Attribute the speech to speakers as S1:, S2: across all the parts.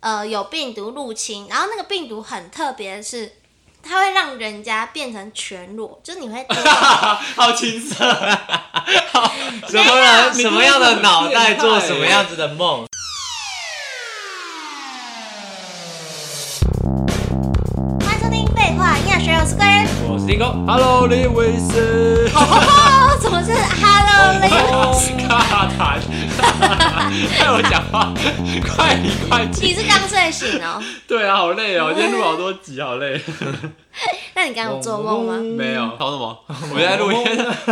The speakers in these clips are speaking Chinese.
S1: 呃有病毒入侵，然后那个病毒很特别的是，它会让人家变成全裸，就是你会多
S2: 好青涩，
S3: 什么人
S2: 你
S3: 什么样的脑袋
S2: 真的
S3: 做
S2: 是
S3: 什么样子的梦？
S1: 欢迎收听废话营养学，我是龟儿。
S3: 我是丁工，
S2: Hello，李维斯，
S1: 哦，怎么是
S3: 哦
S1: Hello 嘞？
S2: 卡痰，害我讲话快一快
S1: 你
S2: 进。
S1: 是刚睡醒哦？
S2: 对啊，好累哦，今天录好多集，好累。
S1: 那你刚刚有做梦吗？
S2: 没有，搞什么？我们在录音，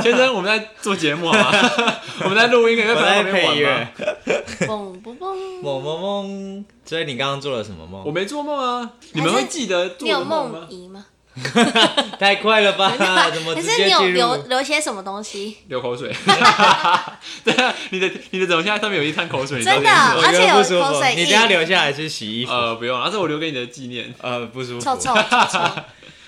S2: 先生，我们在做节目啊， 我们在啊录音，可以在
S3: 我
S2: 旁
S3: 在
S2: 边玩吗
S3: 配乐。。
S1: 蹦不蹦？
S3: 某某梦，所以你刚刚做了什么
S2: 我
S3: 梦？
S2: 没做梦啊，你们会记得做
S1: 你有
S2: 的
S1: 梦
S2: 吗？
S1: 遗吗？
S3: 太快了吧？ 怎么
S1: 可
S3: 直
S1: 是你
S3: 接
S1: 有
S3: 进
S1: 留
S3: 入？
S1: 留些什么东西？
S2: 流口水。 对啊，你的你的怎么现在上面有一滩口水？你知道
S1: 真的，
S2: 这件事吗
S1: 而且
S3: 觉
S1: 有
S3: 得不舒
S1: 口
S3: 服
S1: 水，
S3: 你等一下
S1: 印，
S3: 留下来去洗衣服。
S2: 呃，不用，那是我留给你的纪念。
S3: 呃，不舒服。
S1: 臭臭臭 欸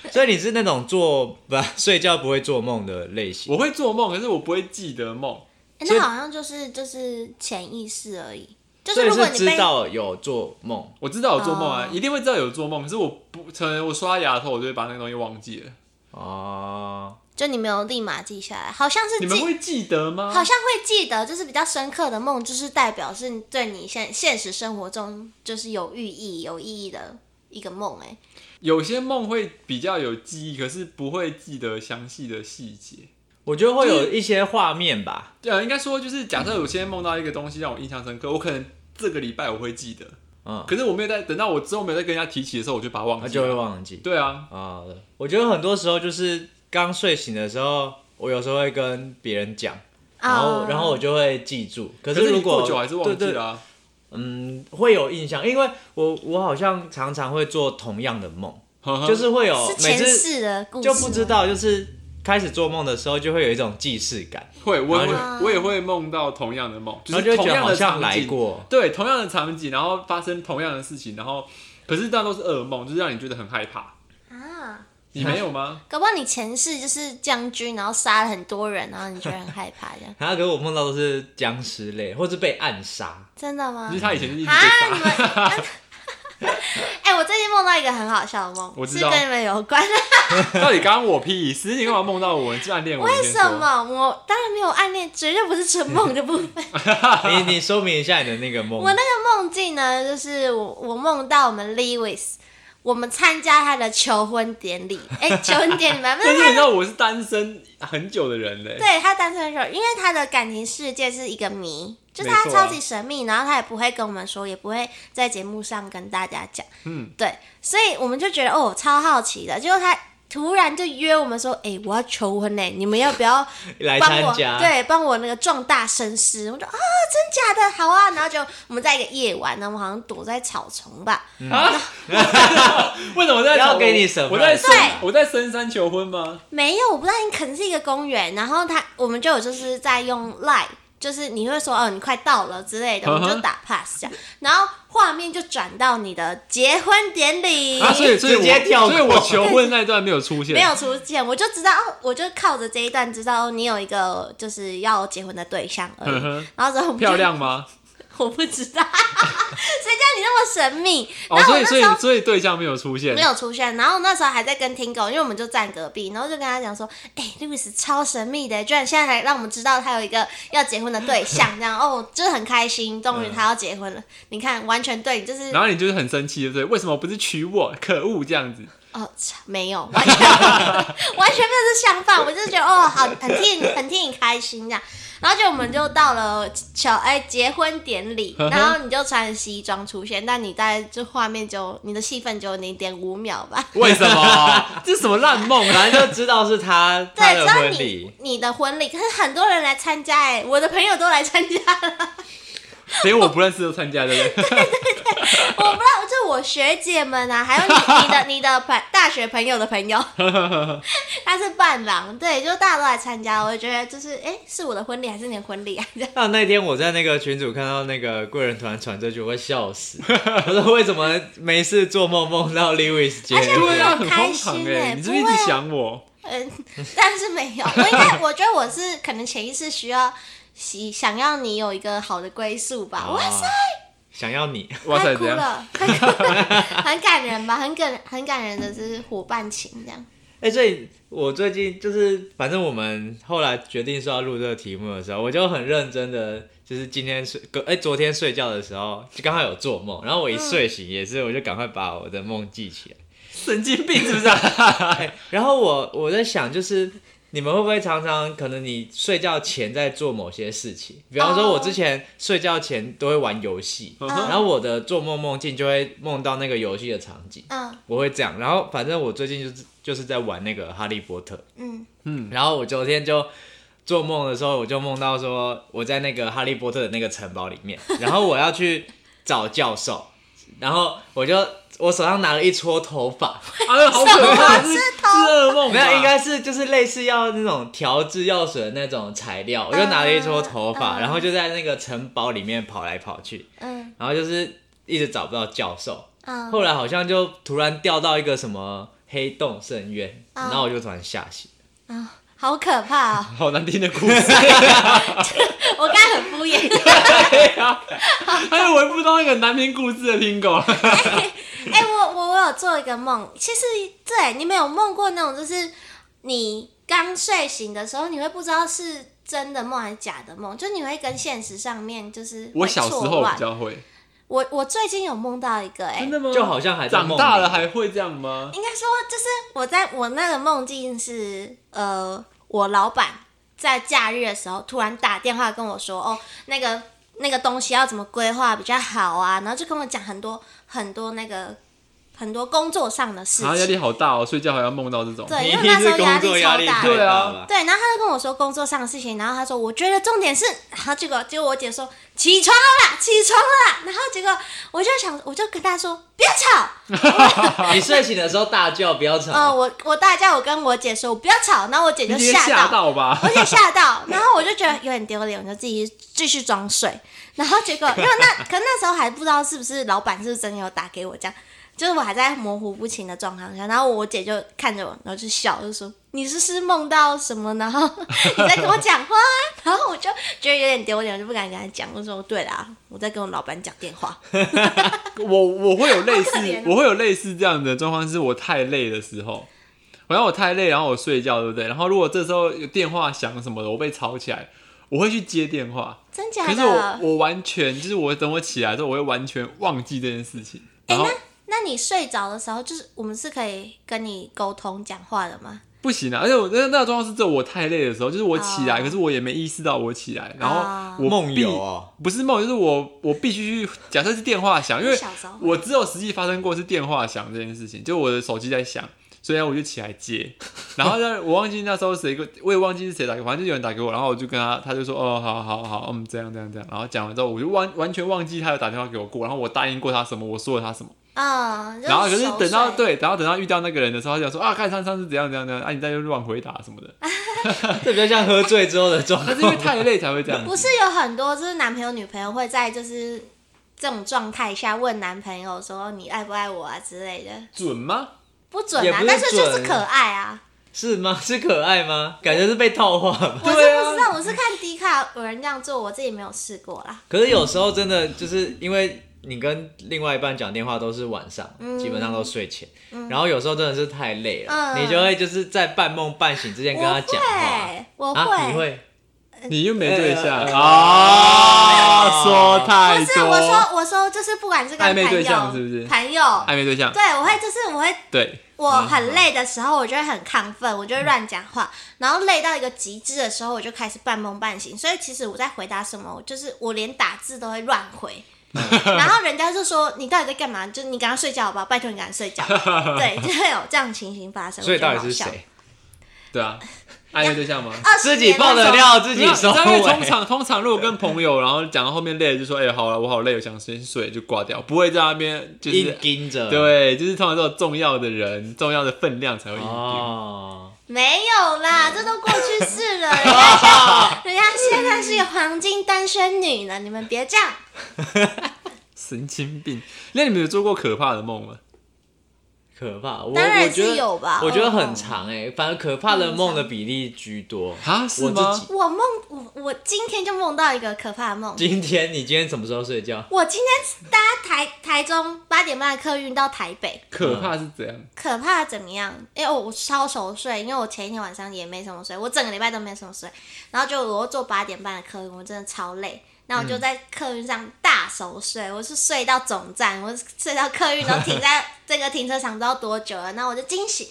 S1: 臭。
S3: 所以你是那种做不睡觉不会做梦的类型。
S2: 我会做梦，可是我不会记得梦。
S1: 欸
S3: 所以
S1: 那好像就是就是潜意识而已， 就
S3: 所
S1: 是
S3: 以
S1: 如果
S3: 是
S1: 你
S3: 知
S1: 被
S3: 道有做梦，
S2: 我知道有做梦啊
S1: 哦
S2: 一定会知道有做梦，可是我不可能我刷牙的时候，我就会把那个东西忘记了。
S3: 哦，
S1: 就你没有立马记下来，好像是
S2: 你们
S1: 记，
S2: 会记得吗？
S1: 好像会记得，就是比较深刻的梦，就是代表是你对你现现实生活中就是有寓意、有意义的一个梦。哎，
S2: 有些梦会比较有记忆，可是不会记得详细的细节。
S3: 我觉得会有一些画面吧。
S2: 对啊，应该说就是假设有些梦到一个东西让我印象深刻，我可能这个礼拜我会记得，
S3: 嗯，
S2: 可是我没有在等到我之后没有再跟人家提起的时候，我就把它忘
S3: 那
S2: 记
S3: 就会
S2: 了。
S3: 忘记。
S2: 对啊，
S3: 啊、我觉得很多时候就是刚睡醒的时候，我有时候会跟别人讲，
S1: 啊
S3: 然
S2: 哦
S3: 后、哦然后我就会记住。可
S2: 可是
S3: 如
S2: 你
S3: 果
S2: 过久还是忘记
S3: 对对
S2: 了、啊。
S3: 嗯，会有印象，因为我我好像常常会做同样的梦，
S2: 呵呵
S3: 就是会
S2: 哦
S3: 有
S1: 是
S3: 每
S1: 前
S3: 次
S1: 世的故事啊
S3: 就
S1: 吗，
S3: 不知道，就是开始做梦的时候就会有一种既视感，
S2: 会，我也
S1: 后
S3: 然
S2: 会，
S1: 就
S2: 我也会梦到同样的梦，
S3: 然
S2: 是
S3: 后就会
S2: 同
S3: 觉得
S2: 样
S3: 好
S2: 的
S3: 像
S2: 场
S3: 来
S2: 景，
S3: 过。
S2: 对，同样的场景，然后发生同样的事情，然后可是但都是噩梦，就是让你觉得很害怕。
S1: 啊。
S2: 你没有吗？
S1: 搞不好你前世就是将军，然后杀了很多人，然后你觉得很害怕，这样
S3: 然后给我梦到都啊是僵尸类，或是被暗 杀。
S1: 真的吗
S2: 就？是他以前一直被
S1: 啊，
S2: 杀，
S1: 你们， 哎、我最近梦到一个很好笑的梦，
S2: 我知
S1: 是
S2: 道
S1: 跟你们有关的。
S2: 到底刚刚我屁事？你干嘛梦到我？你是暗恋我？
S1: 啊为
S2: 你先说
S1: 什？么？我当然没有暗恋，绝对不是纯梦的部分。
S3: 你你说明一下你的那个梦
S1: 我那个梦境呢，就是我我梦到我们 Lewis，我们参加他的求婚典礼。 哎、求婚典礼嘛，不
S2: 但
S1: 是
S2: 是你
S1: 他
S2: 知道我是单身很久的人嘞，
S1: 对他单身的时候，因为他的感情世界是一个谜，就是他
S2: 没错啊
S1: 超级神秘，然后他也不会跟我们说，也不会在节目上跟大家讲。
S2: 嗯，
S1: 对，所以我们就觉得哦，超好奇的。结果他突然就约我们说：“哎、我要求婚呢、你们要不要
S3: 来
S1: 帮我
S3: 参加，，
S1: 对帮我那个壮大声势？”我说：“啊，真假的，好啊。”然后就我们在一个夜晚，然后我们好像躲在草丛吧，
S2: 啊？ 为什么我在
S3: 要给你 surprise
S2: 我在深
S1: 对
S2: 我在深山求婚吗？
S1: 没有，我不知道你可能是一个公园，然后他我们就有就是在用 line，就是你会说哦你快到了之类的，我们就打 pass 这样，然后画面就转到你的结婚典礼。
S2: 啊，所以所以
S3: 直接
S2: 我
S3: 跳过
S2: 所以我求婚那一段没有出现，
S1: 没有出现，我就知道，哦我就靠着这一段知道哦你有一个就是要结婚的对象而
S2: 呵
S1: 已。
S2: 呵。
S1: 然后之后我们就
S2: 漂，亮吗？
S1: 我不知道，谁 叫你那么神秘？
S2: 哦，
S1: 然后
S2: 所
S1: 我
S2: 以
S1: 那
S2: 所以
S1: 时候
S2: 所以对象没有出现
S1: 没，有出现。然后那时候还在跟听狗，因为我们就站隔壁，然后就跟他讲说：“哎、l o u i s 超神秘的，居然现在还让我们知道他有一个要结婚的对象，这样哦，就是很开心，终于他要结婚了。你看，完全对你就是
S2: 然后你就是很生气，对不对？为什么不是娶我？可恶，这 样子。
S1: 哦，操没有，完全 完全没有是相反，我就是觉得哦，好，很替你很替你开心这样。然后就我们就到了小哎、结婚典礼，
S2: 嗯哼
S1: 然后你就穿西装出现，但你大概就画面就你的戏份就零点五秒吧。
S2: 为什 么？这是什么烂梦啊？
S3: 反正就知道是他 他
S1: 对，
S3: 的
S1: 知道
S3: 婚
S1: 你
S3: 礼，
S1: 你的婚礼，可是很多人来参加哎、我的朋友都来参 加了，
S2: 连我不认识都参 加，对不对？
S1: 我不知道，就我学姐们啊， 还有你你的你的朋大学朋友的朋友，他是伴郎，对，就大家都来参加，我就觉得就是哎、是我的婚礼还是你的婚礼啊？这样
S3: 那那天我在那个群组看到那个贵人团传这句，我会笑 死。我说为什么没事做梦梦到 Lewis 结
S1: 而且
S3: 婚
S2: 对啊，
S1: 我
S2: 很
S1: 开
S2: 荒唐
S1: 心
S2: 哎！
S1: 欸
S2: 你是不是一
S1: 不会啊
S2: 直想我？
S1: 嗯，但是 没有，我应该我觉得我是可能潜意识需要喜想要你有一个好的归宿吧，哇塞，
S3: 啊想要你，
S2: 哦哇塞，
S1: 哭
S2: 怎样？
S1: 了，很 感人吧？很感很感人的，就是伙伴情这样。
S3: 哎、所以我最近就是，反正我们后来决定说要录这个题目的时候，我就很认真的，就是今天睡，隔哎、昨天睡觉的时候就刚好有做梦，然后我一睡醒也是，我就赶快把我的梦记起来。
S2: 神经病是不是、啊？
S3: 然后我我在想，就是你们会不会常常可能你睡觉前在做某些事情？比方说，
S1: 哦
S3: 我之前睡觉前都会玩游戏，
S2: 嗯
S1: 哼
S3: 然后我的做梦梦境就会梦到那个游戏的场景，
S1: 嗯
S3: 我会这样。然后反正我最近就是就是在玩那个《哈利波特》，
S1: 嗯，
S3: 然后我昨天就做梦的时候，我就梦到说我在那个哈利波特的那个城堡里面，然后我要去找教授，然后我就我手上拿了一撮头发，
S2: 哎呀，好可怕！这是噩梦吧，
S3: 没有，应该是就是类似要那种调制药水的那种材料，我就拿了一撮头发，
S1: 嗯
S3: 然后就在那个城堡里面跑来跑去，
S1: 嗯
S3: 然后就是一直找不到教授，
S1: 嗯，
S3: 后来好像就突然掉到一个什么黑洞深渊，
S1: 嗯
S3: 然后我就突然吓醒。
S1: 啊好可 怕哦！
S2: 好难听的 故事。
S1: 我刚才很敷衍。
S2: 还有我也不知道那个南平故事的听狗，
S1: 哎、我我我有做一个梦，其实对你们有梦过那种，就是你刚睡醒的时候，你会不知道是真的梦还是假的梦，就你会跟现实上面就是
S2: 我
S1: 会
S2: 小时
S1: 错
S2: 候
S1: 乱
S2: 比较会，
S1: 我我最近有梦到一个、哎，
S2: 的吗
S3: 就好像还在
S2: 长
S3: 梦
S2: 大
S3: 里
S2: 了还会这样吗？
S1: 应该说，就是我在我那个梦境是，呃，我老板在假日的时候突然打电话跟我说，哦，那个那个东西要怎么规划比较好啊，然后就跟我讲很多很多那个很多工作上的事
S2: 啊，压
S1: 情。
S2: 力好大哦，睡觉还要梦到这种。
S1: 对，
S3: 你
S1: 哎因为
S3: 一
S1: 那
S3: 定
S1: 时候
S3: 是工作
S1: 压
S3: 压
S1: 力
S3: 力
S1: 超大
S3: 太
S1: 的。
S2: 对啊
S3: 大了吧。
S1: 对，然后他就跟我说工作上的事情，然后他说我觉得重点是，然后结果结果我姐说起床了啦，起床了啦，然后结果我就想，我就跟他说不要吵，
S3: 你睡醒的时候大叫，不要
S1: 呃，
S3: 吵。
S1: 我我大家我跟我姐说，我不要吵，然后我姐
S2: 你
S1: 就
S2: 也
S1: 吓
S2: 吓
S1: 到，
S2: 到吧？
S1: 我姐吓到，然后我就觉得有点丢脸，我就自己继续装睡。然后结果因为那可那时候还不知道是不是老板是不是真的有打给我，这样就是我还在模糊不清的状况下，然后我姐就看着我，然后就笑，就说你是不是梦到什么，然后 你在跟我讲话，啊然后我就觉得有点丢脸，我就不敢跟她讲，我说对啦，我在跟我老板讲电话。
S2: 我我会有类似
S1: 好可怜哦，
S2: 我会有类似这样的状况，是我太累的时候，然后我太累，然后我睡觉，对不对？然后如果这时候有电话响什么的，我被吵起来，我会去接电话。
S1: 真假
S2: 可是我
S1: 的？
S2: 我完全就是我等我起来之后，我会完全忘记这件事情。
S1: 哎、
S2: 然后
S1: 那那你睡着的时候，就是我们是可以跟你沟通讲话的吗？
S2: 不行啊！而且我那那个状况是只有我太累的时候，就是我起来
S1: 哦
S2: 可是我也没意识到我起来，然
S1: 哦
S2: 后我
S3: 梦
S2: 必
S3: 游哦，
S2: 不是梦，就是我我必须去。假设是电话响，啊因为
S1: 小时候
S2: 我只有实际发生过是电话响这件事情，就我的手机在响，所以我就起来接。然后呢，我忘记那时候谁个，我也忘记是谁打给我，反正就有人打给我，然后我就跟他，他就说哦，好好好，嗯，这样这样这样。然后讲完之后，我就完完全忘记他有打电话给我过，然后我答应过他什么，我说了他什么。
S1: 嗯，
S2: 然后可
S1: 就是
S2: 等到
S1: 熟睡
S2: 对，然后等到遇到那个人的时候，他就说啊，看上上次怎样怎样怎样，啊，你在这乱回答什么的。
S1: 哎
S3: 这比较像喝醉之后的状
S2: 但是因为
S3: 况。
S2: 太累才会这样子。
S1: 不是有很多就是男朋友女朋友会在就是这种状态下问男朋友说你爱不爱我啊之类的，
S2: 准吗？
S1: 不准
S3: 也
S1: 啊，
S3: 不是
S1: 但是就是
S3: 准
S1: 可爱啊。
S3: 是吗？是可爱吗？感觉是被套话吧。
S1: 我是
S2: 对啊
S1: 不知道，我是看迪卡有人这样做，我自己没有试过啦。
S3: 可是有时候真的就是因为你跟另外一半讲电话都是晚上，基本上都睡前，然后有时候真的是太累了，
S1: 嗯
S3: 你就会就是在半梦半醒之间
S1: 我
S3: 跟他讲话。
S1: 会，我
S3: 啊，你
S1: 会。
S3: 会？
S2: 你又没对象
S3: 呃
S2: 啊？
S3: 呃
S2: 说太
S1: 不是我
S2: 多，
S1: 说，我说就是不管是跟
S2: 暧昧
S1: 朋
S2: 对
S1: 友
S2: 象是不是哎
S1: 朋友，
S2: 暧昧对象，
S1: 对我会就是我会
S2: 对，
S1: 我很累的时候，我就会很亢奋，我就会乱讲话，然后累到一个极致的时候，我就开始半梦半醒。所以其实我在回答什么，我就是我连打字都会乱 回。然后人家就说你到底在干嘛？就你赶快睡觉好不好？拜托你赶快睡 觉。对，就会有这样情形发生。
S3: 所以
S1: 我觉
S3: 到
S1: 得
S3: 底
S1: 很
S3: 是
S1: 好笑？
S3: 谁？
S2: 对 啊，暧昧对象吗？
S1: 二十
S3: 自己
S1: 年
S3: 爆
S1: 的
S3: 的
S1: 时候
S3: 料自己收
S2: 因为通
S3: 尾。
S2: 常通常如果跟朋友，然后讲到后面累了，就说哎、好了，我好累，我想先睡，就挂掉，不会在那边就
S3: 硬
S2: 是
S3: 盯着。。
S2: 对，就是通常都有重要的人、重要的分量才会硬盯。
S3: 哦。
S1: 没有啦，这都过去式 了。人家现人家现在是个黄金单身女呢，你们别这样。
S2: 神经病！那你们有做过可怕的梦吗？
S3: 可怕。我
S1: 当然
S3: 我觉得
S1: 是有吧
S3: 我觉得
S1: 哦
S3: 很长哎、反而可怕的梦的比例居多。
S2: 啊？是
S3: 我
S2: 吗
S3: 自？己
S1: 我梦我我今天就梦到一个可怕的梦。
S3: 今天你今天什么时候睡觉？
S1: 我今天搭台台中八点半的客运到台北，
S2: 可怕是怎样？
S1: 可怕怎么样？因为我我超熟睡，因为我前一天晚上也没什么睡，我整个礼拜都没什么睡。然后就我又坐八点半的客运，我真的超累。那我就在客运上大熟睡，我是睡到总站，我是睡到客运，然后停在这个停车场不知道多久了。那我就惊醒，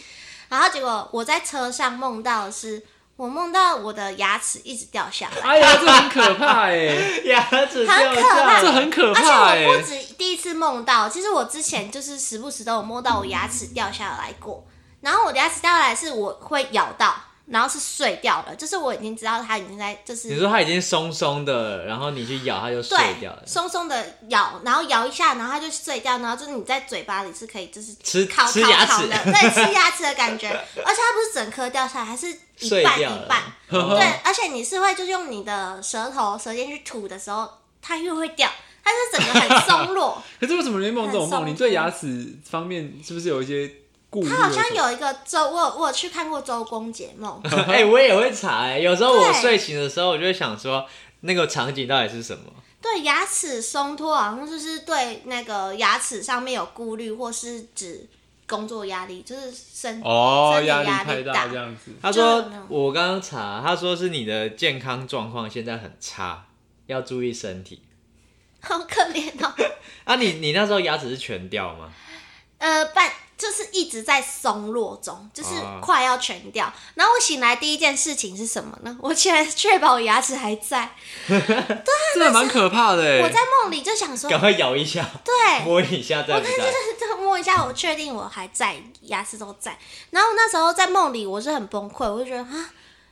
S1: 然后结果我在车上梦到的是，我梦到我的牙齿一直掉下来。
S2: 哎呀，这很可怕哎，
S3: 牙
S1: 很
S3: 齿掉
S1: 可
S3: 下
S1: 怕
S3: 来
S2: 这很可
S1: 而且
S2: 怕哎
S3: 欸
S1: 我。不止第一次梦到，其实我之前就是时不时都有摸到我牙齿掉下来过。然后我的牙齿掉下来是我会咬到，然后是碎掉了，就是我已经知道它已经在就
S3: 你
S1: 是
S3: 说它已经松松的了，然后你去咬它就碎掉
S1: 对
S3: 了。
S1: 松松的咬，然后咬一下，然后它就碎掉，然后就是你在嘴巴里是可以就是
S3: 吃
S1: 烤
S3: 吃
S1: 烤
S3: 牙
S1: 烤
S3: 齿
S1: 的，对，吃牙齿的感觉。而且它不是整颗掉下来，还是一
S3: 碎
S1: 半
S3: 掉
S1: 一
S3: 了哦
S1: 半。
S2: 呵呵
S1: 对，而且你是会就是用你的舌头舌尖去吐的时候，它又会掉，它是整个很松落。
S2: 可是为什么你会梦这种
S1: 很松
S2: 梦？你对牙齿方面是不是有一些顾虑？
S1: 他好像。有一个周，我有我有去看过周公解梦，
S3: 哎、我也会查哎、有时候我
S1: 对
S3: 睡醒的时候，我就会想说那个场景到底是什么？
S1: 对牙齿松脱好像就是对那个牙齿上面有顾虑，或是指工作压力，就是身、
S2: 哦，
S1: 真的
S2: 压力
S1: 压力
S2: 太
S1: 大
S2: 大这样子。
S3: 他
S1: 就
S3: 说
S1: 是
S3: 我刚刚查，他说是你的健康状况现在很差，要注意身体。
S1: 好可怜哦。
S3: 啊你，你那时候牙齿是全掉吗？
S1: 呃，半就是一直在松落中，就是
S3: 啊
S1: 快要全掉。然后我醒来第一件事情是什么呢？我竟然确保我牙齿还在。
S2: 真的蛮可怕的
S1: 我
S2: 哎
S1: 在。梦里就想说，
S3: 赶快咬一下，
S1: 对，
S3: 摸一下再
S1: 我
S3: 不
S1: 刚才
S3: 在？
S1: 就是 这样摸一下，我确定我还在，牙齿都在。然后那时候在梦里，我是很崩溃，我就觉得啊，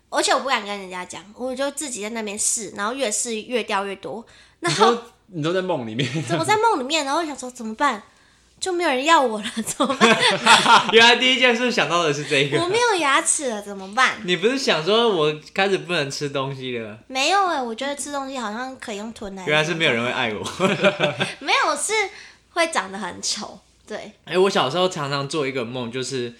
S1: 而且我不敢跟人家讲，我就自己在那边试，然后越试越掉越多。
S2: 你
S1: 然后
S2: 说你都在梦里面，
S1: 我在梦里面，然后我想说怎么办？就没有人要我了， 怎么办？
S3: 原来第一件事想到的是这
S1: 我
S3: 个。
S1: 没有牙齿了，怎么办？
S3: 你不是想说我开始不能吃东西了？
S1: 没有哎、我觉得吃东西好像可以用吞来。
S3: 原来是没有人会爱我。
S1: 没有是会长得很丑，对，
S3: 哎、我小时候常常做一个梦，就是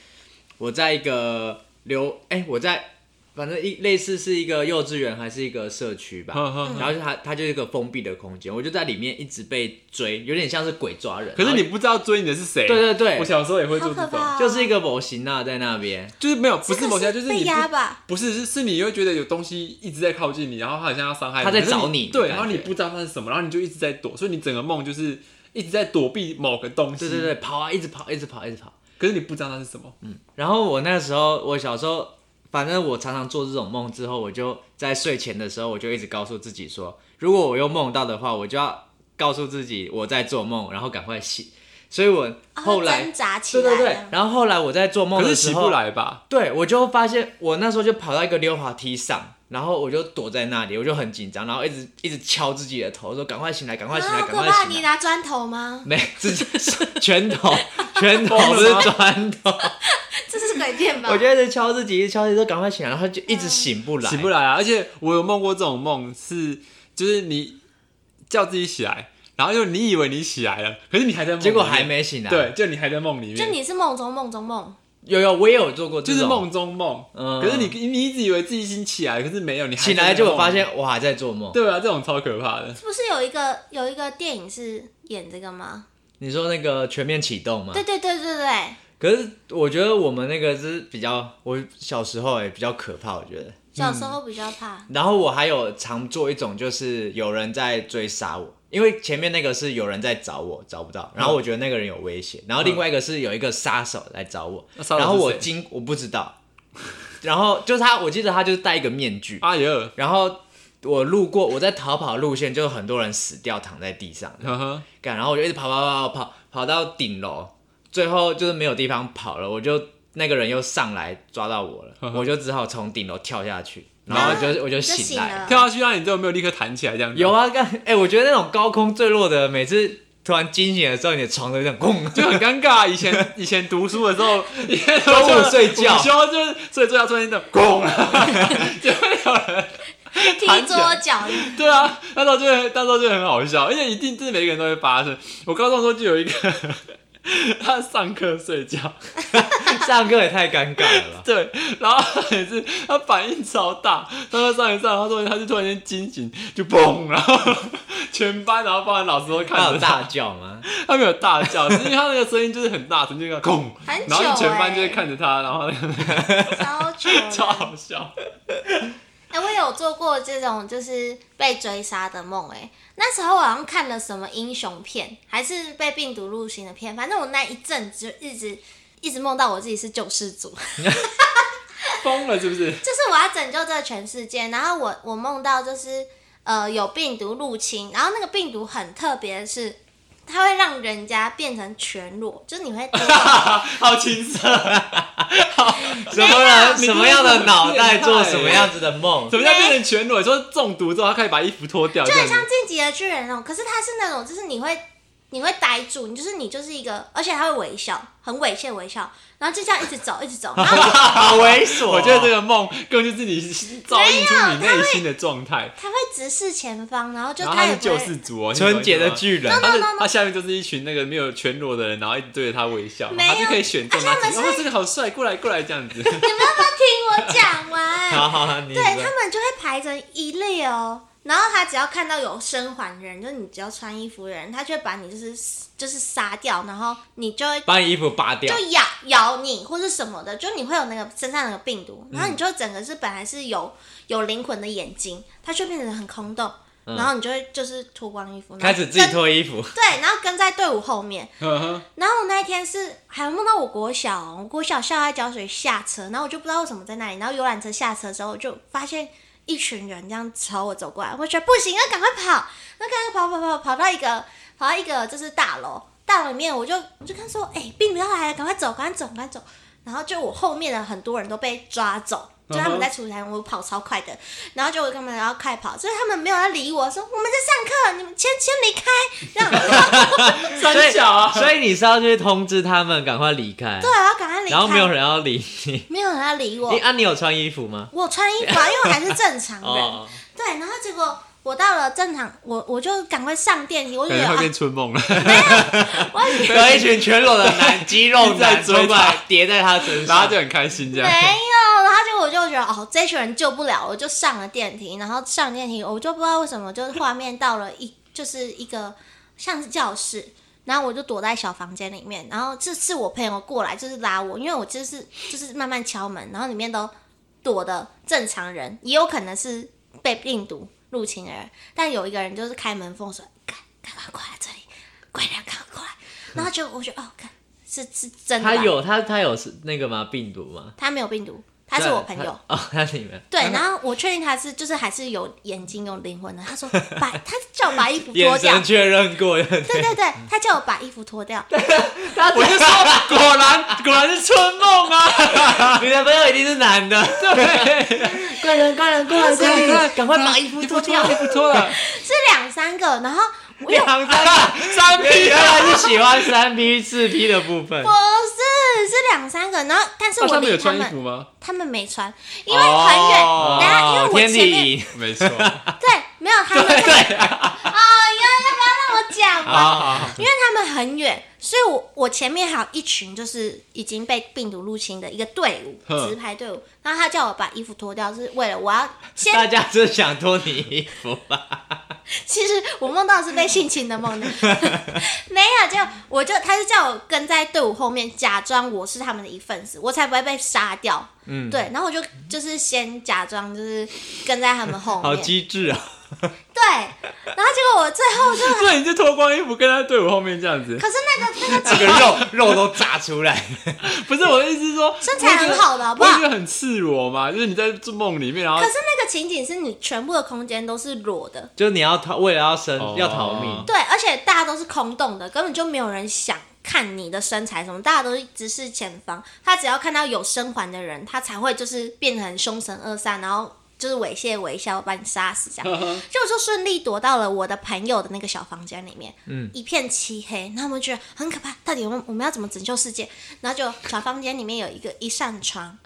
S3: 我在一个流，哎、我在反正一类似是一个幼稚园还是一个社区吧，嗯
S2: 哼哼
S3: 然后就它它就是一个封闭的空间，我就在里面一直被追，有点像是鬼抓人。
S2: 可是
S3: 然后
S2: 你不知道追你的是谁。
S3: 对对对
S2: 我小时候也会
S1: 好
S2: 做
S1: 可
S2: 这种，
S1: 怕、哦。
S3: 就是一个模型娜在那边，
S2: 就是没有不
S1: 这个
S2: 是某些，就是
S1: 被
S2: 你不
S1: 压吧，
S2: 不是，是是你会觉得有东西一直在靠近你，然后他好像要伤害你，
S3: 他在
S2: 可是
S3: 找你
S2: 对，
S3: 的感
S2: 然后你
S3: 觉
S2: 不知道它是什么，然后你就一直在躲，所以你整个梦就是一直在躲避某个东西，
S3: 对对对，跑啊，一直跑，一直跑，一直跑。
S2: 可是你不知道它是什么，
S3: 然后我那时候，我小时候，反正我常常做这种梦之后，我就在睡前的时候，我就一直告诉自己说，如果我又梦到的话，我就要告诉自己我在做梦，然后赶快醒。所以我
S1: 啊
S3: 后
S1: 会
S3: 来，
S1: 挣扎起
S3: 对
S1: 来，
S3: 对对，然后后来我在做梦
S2: 可
S3: 的
S2: 是
S3: 时
S2: 起
S3: 候，
S2: 不来吧？
S3: 对我就发现，我那时候就跑到一个溜滑梯上，然后我就躲在那里，我就很紧张，然后一直一直敲自己的头，说赶快醒来，赶快醒来，
S1: 啊，
S3: 赶
S1: 可
S3: 快
S1: 怕！
S3: 醒
S1: 你
S3: 来。
S1: 拿砖头吗？
S3: 没，自己拳头，拳头
S2: 疯
S3: 不
S2: 了
S3: 是
S2: 吗
S3: 砖头。
S1: 这是鬼片吧？
S3: 我就一直敲自己，一直敲自己，就赶快醒来，然后就一直嗯醒不来，
S2: 起不来啊！而且我有梦过这种梦，是就是你叫自己起来，然后就你以为你起来了，可是你还在梦里面，
S3: 结果还没醒来。啊
S2: 对，，就你还在梦里面，
S1: 就你是梦中梦中梦，
S3: 有有，我也有做过这
S2: 就
S3: 种，
S2: 是梦中梦，
S3: 嗯
S2: 可是你你一直以为自己已经起来，可是没有，你还
S3: 醒来
S2: 就
S3: 就我发，现我还在做梦。
S2: 对啊，这种超可怕的。
S1: 不是有一个有一个电影是演这个吗？
S3: 你说那个全面启动嘛？
S1: 对对对对对，
S3: 可是我觉得我们那个是比较，我小时候也比较可怕，我觉得。
S1: 小时候比较怕。
S3: 然后我还有常做一种，就是有人在追杀我，因为前面那个是有人在找我，找不到，然后我觉得那个人有危险，然后另外一个是有一个杀手来找我，
S2: 那杀手
S3: 然后
S2: 是
S3: 我
S2: 谁
S3: 经我不知道，然后就是他，我记得他就是戴一个面具，
S2: 哎呦，
S3: 然后我路过，我在逃跑路线就有很多人死掉躺在地上，
S2: 呵呵，
S3: 干，然后我就一直跑跑跑跑跑跑到顶楼，最后就是没有地方跑了，我就那个人又上来抓到 我了，我就只好从顶楼跳下去，
S2: 啊
S3: 然后就我就
S1: 就
S3: 醒
S1: 醒
S3: 来。
S1: 了，
S2: 跳下去让你最后没有立刻弹起来这样子。
S3: 有啊，干，哎、我觉得那种高空坠落的，每次突然惊醒的时候，你的床都有点 轰。
S2: 就很尴尬。以前 以前读书的时 候，以前都
S3: 中午睡觉
S2: 午休就是所以睡觉突 然间咣，就会有人
S1: 踢桌脚，
S2: 对啊，那时候就会那时候就很好笑，而且一定就是每个人都会发生。我高中的时候就有一个 他上课睡觉，？
S3: 上课也太尴尬了吧
S2: 对，然后他也是他反应超大，他说上一上，他说他就突然间惊醒，就嘣，然后全班然后包含老师都
S3: 他
S2: 看
S3: 有
S2: 着
S3: 大
S2: 他，
S3: 叫吗？
S2: 他没有大叫，是因为他那个声音就是很大声，就那个砰，
S1: 很久
S2: 然后就全班就会
S1: 欸
S2: 看着他，然后那个
S1: 超久
S2: 超
S1: 的。
S2: 好笑。
S1: 哎、我有做过这种就是被追杀的梦，哎，那时候我好像看了什么英雄片，还是被病毒入侵的片，反正我那一阵子就一直一直梦到我自己是救世主，
S2: 疯了是不是？
S1: 就是我要拯救这个全世界。然后我我梦到就是呃有病毒入侵，然后那个病毒很特别的是，它会让人家变成全裸，就是你会
S2: 好青涩，啊
S3: 什么人
S2: 你
S3: 什么样的脑袋做什么样
S2: 子？
S3: 子的梦
S2: 欸什？么叫变成全裸？说中毒之后，他可以把衣服脱掉，
S1: 就
S2: 这
S1: 很
S2: 样子
S1: 像晋级的巨人那种，可是他是那种就是你会你会呆住，你就是你就是一个，而且他会微笑，很猥亵微笑，然后就这样一直走一直走，然后
S3: 好猥琐哦！
S2: 我觉得这个梦根本就是你照映出你内心的状态，
S1: 他会直视前方，然后就
S2: 然后他
S1: 也
S2: 是
S1: 不
S2: 救
S1: 会。
S2: 世主哦，你懂
S3: 春节的
S2: 吗。
S3: 巨人，啊
S2: 他是他下面就是一群那个没有全裸的人，然后一直对着他微笑，
S1: 没有
S2: 他就可以选中他
S1: 而且他们
S2: 自己。
S1: 是
S2: 哦，这个好帅，过来过来这样 子。
S1: 听我讲
S3: 好
S1: 完，
S3: 好，好你
S1: 对
S3: 说
S1: 他们就会排成一列哦。然后他只要看到有生还人，就是你只要穿衣服的人，他就会把你就是就是杀掉，然后你就会
S3: 把你衣服扒掉
S1: 就，咬咬你或是什么的，就你会有那个身上有那个病毒，
S3: 嗯
S1: 然后你就整个是本来是有有灵魂的眼睛，它就变成很空洞，
S3: 嗯
S1: 然后你就会就是脱光衣服，然后
S3: 开始自己
S1: 跟
S3: 脱衣服，
S1: 对，然后跟在队伍后面。
S2: 呵呵
S1: 然后我那一天是还梦到我国小哦，我国小校外教学下车，然后我就不知道为什么在那里，然后游览车下车的时候，我就发现一群人这样朝我走过来，我觉得不行，要赶快跑，那赶快跑跑跑跑到一个跑到一个就是大楼，大楼里面我就我就看说，哎、病毒要来了，赶快走，赶快走，赶快走。然后就我后面的很多人都被抓走，
S3: 嗯
S1: 就他们在出差，我跑超快的，然后就我跟他们然后快跑，就是他们没有要理我，说我们在上课，你们先先离开，这样，
S2: 三小啊，
S3: 所以你是要去通知他们赶快离开，
S1: 对，啊然后赶快离开，
S3: 然后没有人要理你。
S1: 没有人要理我
S3: 你。啊，你有穿衣服吗？
S1: 我穿衣服啊，因为我还是正常人。
S3: 哦，
S1: 对，然后结果我到了正常，我我就赶快上电梯，我
S2: 可
S1: 就觉得
S2: 能会
S1: 啊
S2: 变春梦 了。
S1: 我以为
S3: 有一群全裸的男肌肉
S2: 在
S3: 男
S2: 追
S3: 冲过来
S2: 他
S3: 叠在他身
S2: 然后
S3: 上
S2: 他就，很开心这样。
S1: 没有，然后结果我就觉得哦，这群人救不了，我就上了电梯，然后上电梯，我就不知道为什么，就是画面到了一就是一个像是教室。然后我就躲在小房间里面，然后这是我朋友过来，就是拉我，因为我就是就是慢慢敲门，然后里面都躲的正常人，也有可能是被病毒入侵的人，但有一个人就是开门缝说：“赶赶快过来这里，快点赶快过来。”然后就我觉得哦，看是是真的吧，
S3: 他有他他有是那个吗？病毒吗？
S1: 他没有病毒，他是我朋友，
S3: 哦，他是你们
S1: 对，然后我确定他是就是还是有眼睛有灵魂的。他说把他叫我把衣服脱
S3: 眼
S1: 掉
S3: 神，确认过，
S1: 对对对，他叫我把衣服脱掉，
S2: 我就 说，果然果然是春梦啊！
S3: 你的朋友一定是男的，
S1: 怪人怪人怪人
S3: 快点快点赶快
S1: 把
S2: 衣服脱掉，衣服脱了，
S1: 是两三个，然后我又
S3: 两三
S2: 三 P
S3: 原
S2: 啊！
S3: 来是喜欢三 P 四 P 的部分
S1: 不，是是两三个，然后但是我
S2: 那他们
S1: 离
S2: 有
S1: 他
S2: 穿衣
S1: 们
S2: 服吗？
S1: 他们没穿，因为很远，
S2: 哦
S1: 等一下因为我
S3: 天
S1: 前
S3: 地
S1: 面
S3: 影，
S2: 没错，
S1: 对没有他们
S3: 对
S1: 啊，
S3: 对啊，
S1: 要要不要让我讲完？
S3: 好好
S1: 因为他们很远，所以我我前面还有一群就是已经被病毒入侵的一个队伍，
S2: 哼
S1: 直排队伍。然后他叫我把衣服脱掉，是为了我要先。
S3: 大家只想脱你衣服吧？
S1: 其实我梦到的是被性侵的 梦呢，没有，就我就他就叫我跟在队伍后面，假装我是他们的一份子，我才不会被杀掉。
S3: 嗯，
S1: 对，然后我就就是先假装就是跟在他们后
S3: 好
S1: 面，
S3: 机智啊！
S1: 对，然后结果我最后就，
S2: 所以你就脱光衣服跟他队伍后面这样子。
S1: 可是那个那个
S3: 这个肉肉都炸出来，
S2: 不是我的意思是说，
S1: 身材很好的好不
S2: 我
S1: 好
S2: 觉得很赤裸嘛，就是你在做梦里面，然后
S1: 可是那个情景是你全部的空间都是裸的，
S3: 就你要逃，为了要生
S2: 哦
S3: 要逃命，
S1: 对，而且大家都是空洞的，根本就没有人想看你的身材什么，大家都是直视前方。他只要看到有生还的人，他才会就是变成凶神恶煞，然后就是猥亵微笑把你杀死这样。 就我就顺利躲到了我的朋友的那个小房间里面，嗯，一片漆黑，然后我们觉得很可怕，到底我们我们要怎么拯救世界？然后就小房间里面有一个一扇窗。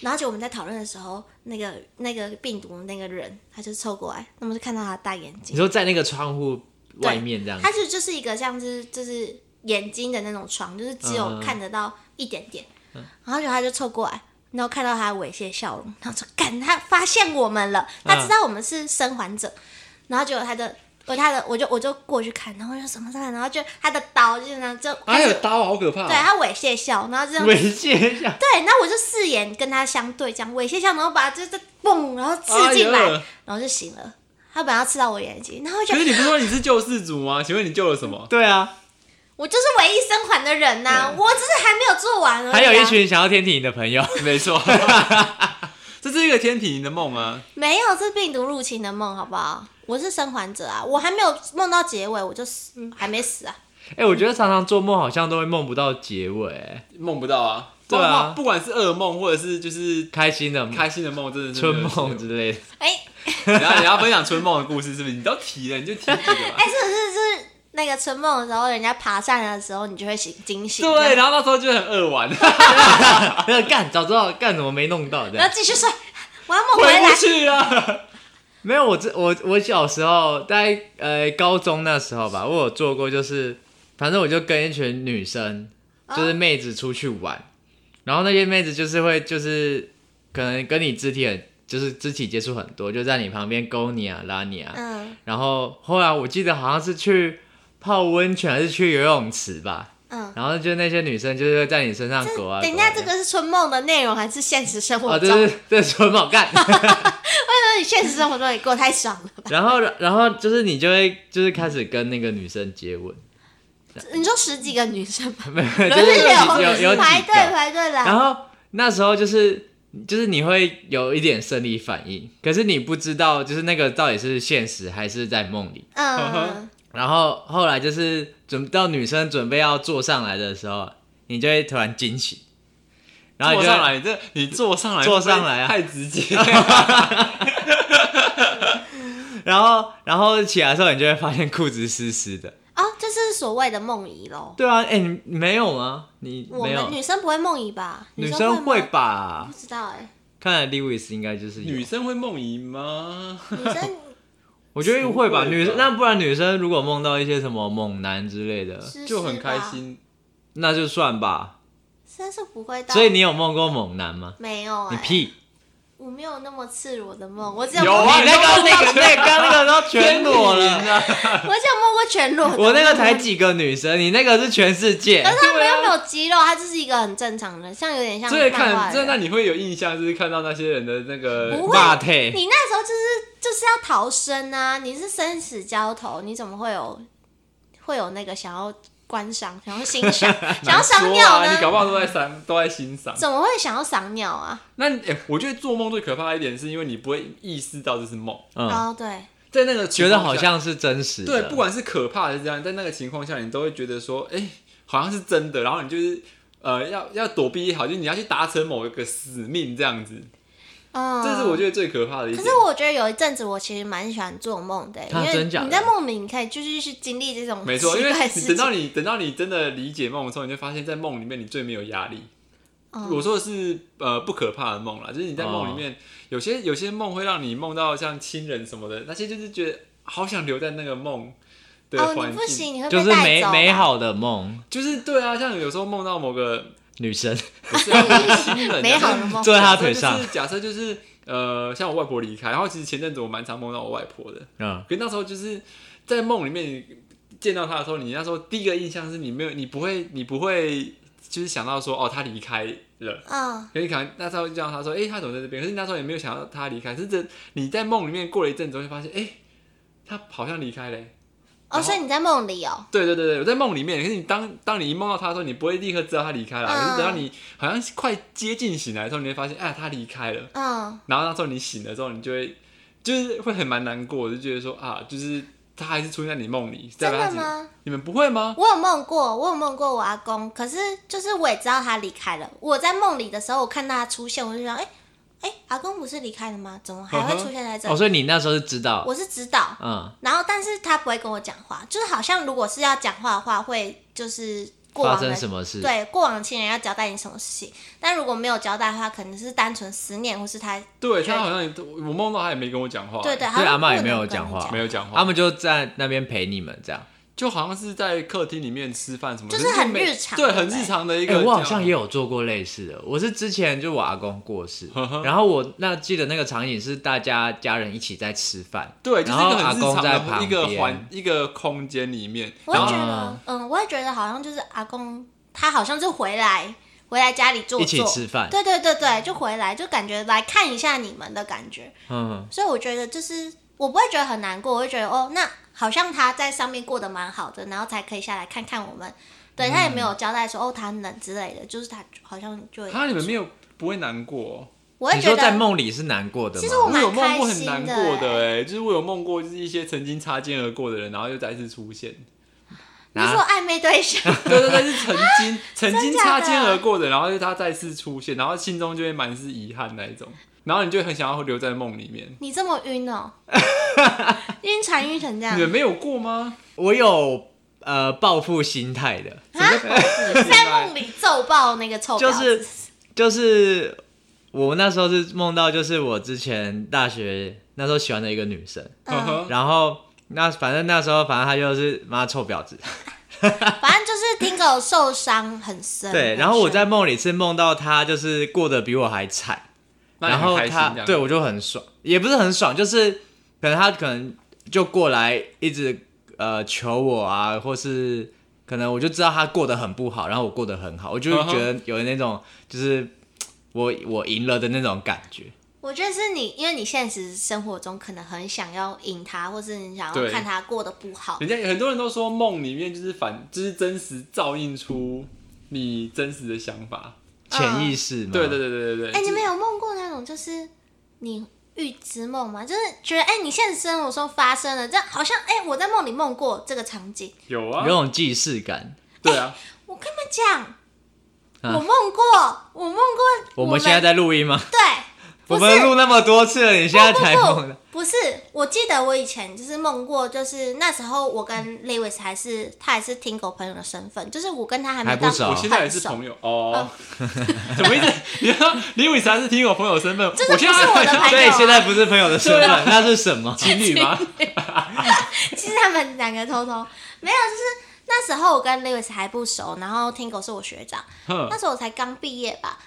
S1: 然后就我们在讨论的时候，那个那个病毒那个人，他就凑过来，那么就看到他的大眼睛
S3: 你。说在那个窗户外面这样
S1: 它，是就是一个像是就是眼睛的那种床，就是只有
S3: 嗯
S1: 看得到一点点。
S2: 嗯
S1: 然后就他就凑过来，然后看到他猥亵笑容，然后说：“干，他发现我们了，
S2: 嗯
S1: 他知道我们是生还者。然后结果他的。我他的，我就我就过去看，然后我就什么什么，然后就他的刀就是那样就
S2: 啊，
S1: 开始
S2: 有刀，好可怕哦！
S1: 对他猥亵笑，然后这样
S3: 猥亵一下，
S1: 对，那我就四眼跟他相对，这样猥亵笑，然后把这这蹦，然后刺进来，
S2: 哎呦
S1: 然后就醒了。他本来要刺到我眼睛，然后我就
S2: 可是你不是说你是救世主吗？请问你救了什么？
S3: 对啊，
S1: 我就是唯一生还的人呐、我只是还没有做完而已、啊。
S3: 还有一群想要天体营的朋友，
S2: 没 错，这是一个天体营的梦啊！
S1: 没有是病毒入侵的梦，好不好？我是生还者啊，我还没有梦到结尾，我就死，还没死啊。
S3: 哎、我觉得常常做梦好像都会梦不到结尾，
S2: 梦不到啊，
S3: 对啊
S2: 不管是噩梦或者是就是
S3: 开心的梦
S2: 开心的梦，真的是
S3: 春梦 之类的。
S1: 哎、
S2: 然后你要分享春梦的故事，是不是？你都提了，你就提这个吧。
S1: 哎、是是是，那个春梦的时候，人家爬山的时候，你就会醒惊醒，
S2: 对，，然后那时候就很恶玩，
S3: 那干早知道干怎么没弄到的
S1: 然？后继续睡， 我要梦回
S2: 回
S1: 来
S2: 不。去啊。
S3: 没有，我这我我小时候在呃高中那时候吧，我有做过，就是反正我就跟一群女生，
S1: 哦
S3: 就是妹子出去玩，然后那些妹子就是会就是可能跟你肢体很就是肢体接触很多，就在你旁边勾你啊拉你啊，
S1: 嗯
S3: 然后后来我记得好像是去泡温泉还是去游泳池吧，
S1: 嗯，
S3: 然后就那些女生就是会在你身上勾啊，
S1: 等一
S3: 勾啊
S1: 下，这个是春梦的内容还是现实生活
S3: 哦，
S1: 中？
S3: 这是 这是纯宝干。
S1: 那你现实生活中也过得太爽了吧？
S3: 然后，然后就是你就会就是开始跟那个女生接吻，
S1: 你说十几个女生吧，
S3: 没有
S1: 轮
S3: 就是有有
S1: 流
S3: 有
S1: 排
S3: 几
S1: 队
S3: 个。
S1: 排队
S3: 然
S1: 来。
S3: 后那时候就是就是你会有一点生理反应，可是你不知道就是那个到底是现实还是在梦里。
S1: 嗯，
S3: 然后后来就是准到女生准备要坐上来的时候，你就会突然惊醒，然后你
S2: 坐
S3: 就
S2: 上来，你这你坐上来，
S3: 坐上来啊
S2: 太直 接。
S3: 然后然后起来的时候，你就会发现裤子湿湿的。
S1: 哦，这是所谓的梦遗喽。
S3: 对啊，哎，你没有吗？你
S1: 我
S3: 没有
S1: 们？女生不会梦遗吧？
S3: 女
S1: 生
S3: 生会
S1: 吗？
S3: 吧
S1: 不？知道哎，
S3: 看来 Lewis 应该就是有
S2: 女，生会梦遗吗？
S1: 女生
S3: 我觉得会
S2: 不会吧
S3: 吧。女生那不然女生如果梦到一些什么猛男之类的，
S1: 是
S2: 就很开，心。
S3: 那就算吧。
S1: 是吧真是不会到。
S3: 所以你有梦过猛男吗？
S1: 没有
S3: 你
S1: 哎，
S3: 屁！
S1: 我没有那么赤裸的梦，我只有
S2: 有啊
S1: 梦
S3: 你那个那个那个刚刚那个都全裸
S2: 天
S1: 啊
S2: 啊
S3: 了，
S2: 哪！
S1: 我只有梦过全裸的。
S3: 我那个才几个女生，你那个是全世界
S1: 可。是他没有
S2: 对啊
S1: 没有肌肉，他就是一个很正常的，像有点像
S2: 所以
S1: 漫画
S2: 看，
S1: 的
S2: 这
S1: 人
S2: 那你会有印象，就是看到那些人的那个
S1: 不会
S3: 霸退，
S1: 你那时候就是就是要逃生啊！你是生死交头，你怎么会有会有那个想要观赏、想要欣赏、想要赏
S2: 说
S1: 鸟
S2: 啊，你搞
S1: 呢？
S2: 不好都在赏，都在欣赏。
S1: 怎么会想要赏鸟啊？
S2: 那你、哎，我觉得做梦最可怕的一点，是因为你不会意识到这是梦，
S3: 嗯，
S1: 哦，对，
S2: 在那个情
S3: 觉
S2: 况下
S3: 得好像是真实的。
S2: 对，不管是可怕还是这样，在那个情况下，你都会觉得说，哎、好像是真的，然后你就是呃，要要躲避也好，就是你要去达成某一个使命这样子，
S1: 嗯，
S2: 这是我觉得最可怕的一
S1: 可
S2: 点
S1: 是。我觉得有一阵子我其实蛮喜欢做梦的，因
S3: 啊
S1: 为
S3: 真假的
S1: 你在梦里你可以就是去经历这种
S2: 没错，
S1: 奇
S2: 因为
S1: 怪的
S2: 你
S1: 事
S2: 等到
S1: 情
S2: 你等到你真的理解梦的时候，你就发现，在梦里面你最没有压力。
S1: 嗯
S2: 我说的是呃不可怕的梦啦，就是你在梦里
S3: 哦
S2: 面、有些有些梦会让你梦到像亲人什么的，那些就是觉得好想留在那个梦的
S1: 哦，
S2: 环
S1: 你不
S2: 境，
S1: 行，你会
S3: 就
S1: 被
S3: 是
S1: 带
S3: 美
S1: 走。啊
S3: 美，好的梦，
S2: 就是对啊，像有时候梦到某个
S3: 女生
S2: 不是啊我是亲人啊，
S1: 美好的梦
S3: 坐在
S2: 假
S3: 她腿
S2: 设就
S3: 上
S2: 是，假设就是呃，像我外婆离开，然后其实前阵子我蛮常梦到我外婆的，
S3: 嗯，
S2: 可是那时候就是在梦里面你见到她的时候，你那时候第一个印象是你没有，你不会，你不会就是想到说哦，她离开了。
S1: 嗯，
S2: 可是你可能那时候就让她说，哎、她怎么在这边？可是你那时候也没有想到她离开，是真你在梦里面过了一阵子，会发现，哎、她好像离开嘞、然
S1: 哦，
S2: 后
S1: 所以你在梦里哦，
S2: 对对对对，我在梦里面。可是你当当你一梦到他的时候，你不会立刻知道他离开了，
S1: 嗯
S2: 啊可是等到你好像快接近醒来的时候，你会发现，哎，他离开了。
S1: 嗯，
S2: 然后那时候你醒了之后，你就会就是会很蛮难过，就觉得说啊，就是他还是出现在你梦里。代
S1: 真
S2: 啊表他
S1: 的
S2: 只
S1: 吗？
S2: 你们不会吗？
S1: 我有梦过，我有梦过我阿公，可是就是我也知道他离开了。我在梦里的时候，我看到他出现，我就想，哎、哎、阿公不是离开了吗？怎么还
S2: 嗯
S1: 会出现在这
S3: 哦，
S1: 里？
S3: 所以你那时候是知道，
S1: 我是知道，
S3: 嗯，
S1: 然后但是他不会跟我讲话，就是好像如果是要讲话的话，会就是过
S3: 发
S1: 往
S3: 生
S1: 的
S3: 什么事？
S1: 对过往的亲人要交代你什么事情，但如果没有交代的话，可能是单纯思念，或是他对
S2: 对他好像也我梦到他也没跟我讲话，
S1: 对对，啊
S2: 哎
S1: 他
S3: 阿嬷
S1: 不
S3: 也
S1: 能
S3: 没有
S1: 跟你
S2: 哦
S3: 讲话
S2: 没有讲话
S3: 他。们就在那边陪你们这样。
S2: 就好像是在客厅里面吃饭什么，
S1: 就是很
S2: 没
S1: 日常欸
S2: 对，
S1: 对
S2: 很
S1: 不对
S2: 日常的一
S3: 哎、
S2: 个。
S3: 我好像也有做过类似的。我是之前就我阿公过世，然后我那记得那个场景是大家家人一起在吃饭，
S2: 对，就是一
S3: 然后
S2: 个
S3: 阿
S2: 很日
S3: 公
S2: 常
S3: 在
S2: 的
S3: 旁
S2: 一个
S3: 边
S2: 环一个空间里面，
S1: 我也
S2: 然
S1: 觉
S2: 后
S1: 得，嗯，我也觉得好像就是阿公，他好像就回来回来家里坐坐，
S3: 一起吃饭。
S1: 对对对对，就回来就感觉来看一下你们的感觉，
S3: 嗯，
S1: 所以我觉得就是我不会觉得很难过，我会觉得哦，那好像他在上面过得蛮好的，然后才可以下来看看我们。
S3: 嗯
S1: 对他也没有交代说、哦，他冷之类的，就是他好像就
S2: 他你们没有不会难过哦、
S1: 我会
S3: 你
S1: 觉
S3: 说在
S1: 得啊
S3: 梦里是难过的吗？
S1: 其实我
S2: 我有
S1: 蛮
S2: 梦
S1: 开
S2: 过很
S1: 心
S2: 难
S1: 的
S2: 过的
S1: 欸
S2: 哎、就是我有梦过，就是一些曾经擦肩而过的人，然后又再次出现。
S1: 你说
S3: 啊
S1: 暧昧对象，
S2: 对对对，是曾经曾经
S1: 啊真假
S2: 擦
S1: 的
S2: 肩而过的，然后就他再次出现，然后心中就会满是遗憾那一种，然后你就很想要留在梦里面。
S1: 你这么晕 哦，晕船晕成这样
S2: 你，们没有过吗？
S3: 我有呃报复心态的，
S1: 在梦里揍爆那个臭婊
S3: 就
S1: 子，
S3: 是就是我那时候是梦到，就是我之前大学那时候喜欢的一个女生，
S2: 呵
S1: 嗯，
S2: 呵，
S3: 然后那反正那时候反正她就是妈臭婊
S1: 嗯
S3: 子，
S1: 反正就是听狗受伤很深。
S3: 对。
S1: 很
S3: 然后我在
S1: 深
S3: 梦里是梦到她就是过得比我还惨，
S2: 那你
S3: 然后
S2: 很开心
S3: 她
S2: 这样
S3: 对我就很爽，也不是很爽，就是可能她可能就过来一直呃求我啊，或是可能我就知道她过得很不好，然后我过得很好，我就
S2: 嗯哼
S3: 觉得有那种就是我我赢了的那种感觉。
S1: 我觉得是你，因为你现实生活中可能很想要赢他，或是你想
S2: 对
S1: 要看他过得不好。
S2: 人家很多人都说梦里面就是反，就是真实照映出你真实的想法。
S3: 潜意识嘛。
S2: 对对对对对对。
S1: 哎、你们有梦过那种就是你预知梦吗？就是觉得哎、你现实生活中发生了，这样好像哎、我在梦里梦过这个场景。
S2: 有
S3: 有
S2: 啊？
S3: 种既视感。
S2: 对啊，
S1: 我跟你们讲，
S3: 啊
S1: 我梦过，我梦过。
S3: 我们现在在录音吗？
S1: 对，
S3: 我
S1: 不是
S3: 们录那么多次了，你现在才
S1: 不
S3: 梦
S1: 不不是，我记得我以前就是梦过，就是那时候我跟 Lewis 还是他还是听狗朋友的身份，就是我跟他还没
S3: 还不
S1: 到
S3: 熟
S2: 我现在也是朋友哦。
S1: 嗯
S2: 怎么一直？你说李伟才是听我朋友身份，
S1: 这个
S2: 我现在
S1: 不是我 的
S2: 还
S1: 朋友啊
S3: 对，现在不是朋友的身份， 那是什么？
S2: 情侣吗？
S1: 其实他们两个偷偷没有，就是那时候我跟 Lewis 还不熟，然后 Tingo 是我学长，
S2: 哼
S1: 那时候我才刚毕业吧。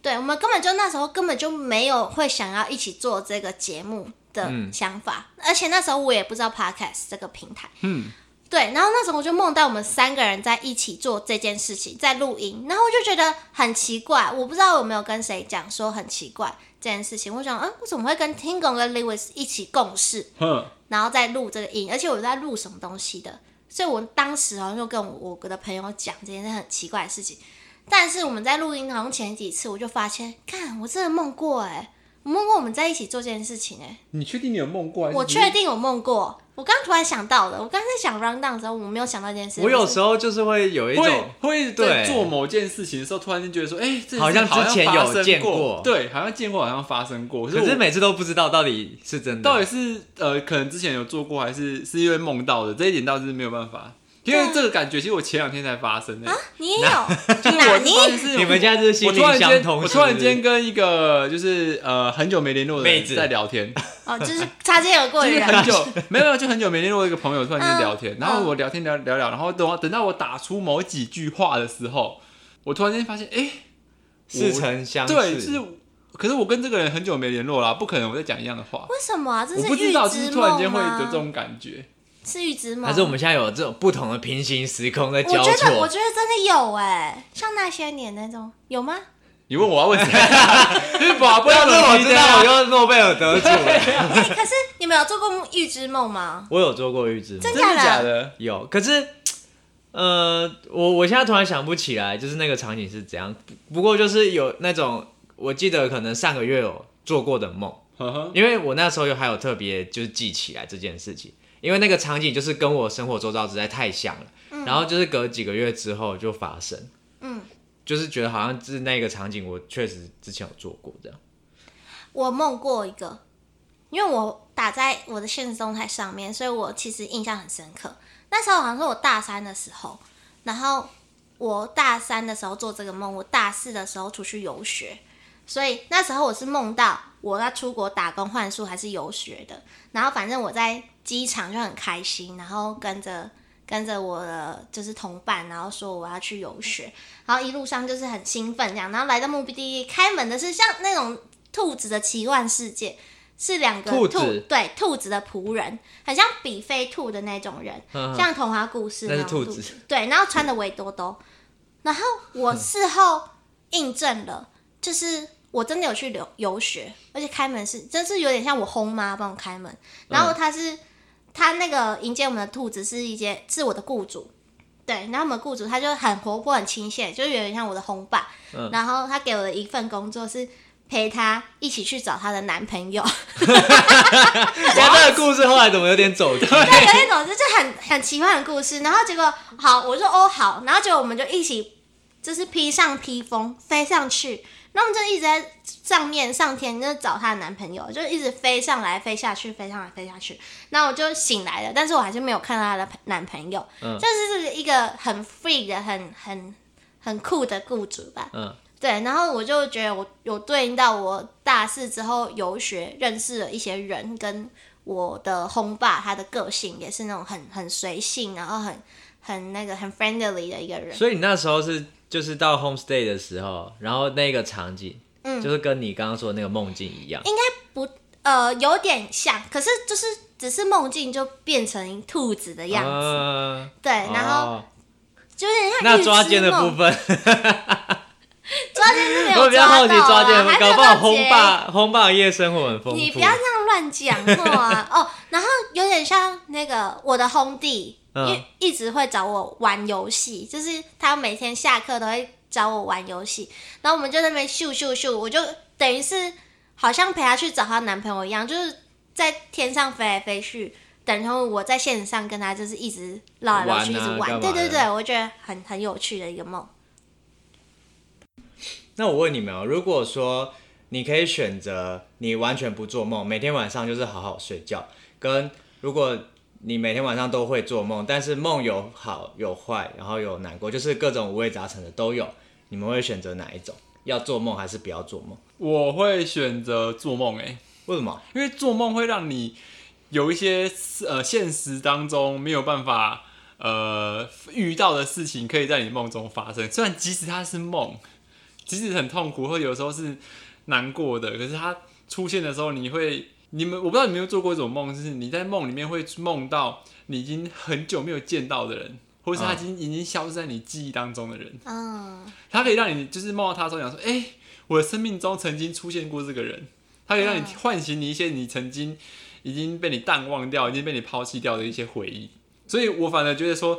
S1: 对，我们根本就那时候根本就没有会想要一起做这个节目的
S3: 嗯
S1: 想法，而且那时候我也不知道 Podcast 这个平台。
S2: 嗯，
S1: 对，然后那时候我就梦到我们三个人在一起做这件事情，在录音，然后我就觉得很奇怪，我不知道有没有跟谁讲说很奇怪这件事情。我想，嗯，我怎么会跟 Tingo 跟 Lewis 一起共事？
S2: 哼，
S1: 然后再录这个音，而且我在录什么东西的，所以我当时好像就跟我我的朋友讲这件很奇怪的事情。但是我们在录音好像前几次，我就发现，看我真的梦过哎、我梦过我们在一起做这件事情哎、
S2: 你确定你有梦过？还是
S1: 我
S2: 你
S1: 确定我梦过。我刚突然想到了，我刚才想 round down 的时候，我没有想到这件事。
S3: 我有
S1: 就是
S3: 时候就是会有一
S2: 会
S3: 种，
S2: 会在
S3: 对
S2: 做某件事情的时候，突然间觉得说，哎、这
S3: 好像
S2: 像
S3: 之前有
S2: 发生
S3: 见过
S2: 过，对，好像见过，好像发生过。
S3: 可
S2: 我
S3: 是每次都不知道到底是真的。
S2: 到底是呃，可能之前有做过，还是是因为梦到的？这一点倒是没有办
S1: 啊
S2: 法，因为这个感觉其实我前两天才发生的、
S1: 你也 有，
S2: 就是
S1: 啊哪
S2: 我
S1: 你
S2: 发现是
S3: 你们现在是心
S2: 我
S3: 灵
S2: 突然
S3: 相
S2: 间，
S3: 通
S2: 我
S3: 是
S2: 突
S3: 不是
S2: 然间跟一个就是呃很久没联络的
S3: 妹
S2: 人
S3: 子
S2: 在聊天，
S1: 哦，就是擦肩而过
S2: 就
S1: 的
S2: 是
S1: 人，
S2: 很久没有没有就很久没联络的一个朋友，突然间聊天，
S1: 嗯
S2: 然后我聊天聊聊聊，然后等我等到我打出某几句话的时候，我突然间发现，哎、
S3: 似曾相识？
S2: 对，就是，可是我跟这个人很久没联络啦，不可能我在讲一样的话。
S1: 为什么啊？这
S2: 我
S1: 是
S2: 不
S1: 预
S2: 知道，就是
S1: 知
S2: 突然
S1: 梦
S2: 间会有
S1: 吗
S2: 这？种感觉。
S1: 是预知梦？
S3: 还是我们现在有这种不同的平行时空在
S1: 我
S3: 交
S1: 觉得，我
S3: 错？
S1: 觉得真的有哎、像那些年那种有吗？
S2: 你问我要问谁？因为宝
S3: 不
S2: 不要
S3: 要说我啊知道，我
S2: 就
S3: 就诺贝尔得主了。
S1: 哎、可是你们有做过预知梦吗？
S3: 我有做过预知吗？
S1: 真
S2: 真的假
S1: 假的
S2: 的？
S3: 有，可是，呃，我我现在突然想不起来，就是那个场景是怎样。不不过就是有那种，我记得可能上个月有做过的梦，
S2: 呵呵
S3: 因为我那时候有还有特别就是记起来这件事情，因为那个场景就是跟我生活周遭实在太像了。然后就是隔几个月之后就发生，
S1: 嗯，
S3: 就是觉得好像是那个场景，我确实之前有做过这样。
S1: 我梦过一个，因为我打在我的现实动态上面，所以我其实印象很深刻。那时候好像是我大三的时候，然后我大三的时候做这个梦，我大四的时候出去游学，所以那时候我是梦到我要出国打工换宿还是游学的，然后反正我在机场就很开心，然后跟着跟着我的就是同伴，然后说我要去游学，然后一路上就是很兴奋这样，然后来到目的地，开门的是像那种兔子的奇幻世界，是两个
S3: 兔
S1: 兔
S3: 子
S1: 对兔子的仆人，很像比菲兔的那种人，
S3: 嗯
S1: 像童话故事
S3: 那是
S1: 种
S3: 兔子嗯
S1: 对，然后穿的围兜兜，然后我事后印证了，就是我真的有去游游学，而且开门是真是有点像我轰妈帮我开门，然
S3: 嗯
S1: 后他是、他那个迎接我们的兔子是一间是我的雇主。对，然后我们雇主他就很活泼、很亲切，就是有点像我的红爸。
S3: 嗯
S1: 然后他给我的一份工作是陪他一起去找她的男朋友。嗯
S3: 然后这个故事后来怎么有点走题？
S1: 对，有一种就是很很奇幻的故事。然后结果好，我说哦好，然后结果我们就一起就是披上披风飞上去，那我们就一直在上面上天，就是找她的男朋友，就一直飞上来飞下去，飞上来飞下去。那我就醒来了，但是我还是没有看到她的男朋友。
S3: 嗯
S1: 就是一个很 free 的、很很很酷的雇主吧。
S3: 嗯，
S1: 对，然后我就觉得我有对应到我大四之后游学认识了一些人，跟我的轰爸他的个性也是那种很很随性，然后很很那个很 friendly 的一个人。
S3: 所以你那时候是就是到 homestay 的时候，然后那个场景，
S1: 嗯
S3: 就是跟你刚刚说的那个梦境一样，
S1: 呃，有点像，可是就是只是梦境就变成兔子的样子，
S3: 啊
S1: 对，然后
S3: 哦
S1: 就有点像
S3: 那
S1: 预
S3: 抓
S1: 知
S3: 奸的
S1: 梦
S3: 部分，
S1: 抓奸是没有
S3: 我比较好奇
S1: 到
S3: 抓
S1: 啊
S3: 奸的部
S1: 还
S3: 分，
S1: 没有
S3: 搞不好
S1: 到
S3: 轰
S1: 结
S3: 霸轰霸夜生活很丰富。
S1: 你不要这样乱讲话 啊哦。然后有点像那个我的轰弟，
S3: 嗯
S1: 因为一直会找我玩游戏，就是他每天下课都会找我玩游戏，然后我们就在那边咻咻咻，我就等于是好像陪她去找她男朋友一样，就是在天上飞来飞去。等同于我在现实上跟她就是一直绕来绕去，一
S3: 玩啊
S1: 直
S3: 干嘛
S1: 玩，对对
S3: 的
S1: 对，我觉得很很有趣的一个梦。
S3: 那我问你们哦，如果说你可以选择你完全不做梦，每天晚上就是好好睡觉，跟如果你每天晚上都会做梦，但是梦有好有坏，然后有难过，就是各种五味杂陈的都有，你们会选择哪一种？要做梦还是不要做梦？
S2: 我会选择做梦，哎，
S3: 为什么？
S2: 因为做梦会让你有一些呃现实当中没有办法呃遇到的事情，可以在你梦中发生。虽然即使它是梦，即使很痛苦，或者有时候是难过的，可是它出现的时候，你会你们我不知道你们有没有做过一种梦，就是你在梦里面会梦到你已经很久没有见到的人，或者是他已经、已经消失在你记忆当中的人。
S1: 嗯，
S2: 它可以让你就是梦到他的时候想说，哎、我的生命中曾经出现过这个人，它可以让你
S1: 嗯
S2: 唤醒你一些你曾经已经被你淡忘掉、已经被你抛弃掉的一些回忆。所以我反而觉得说，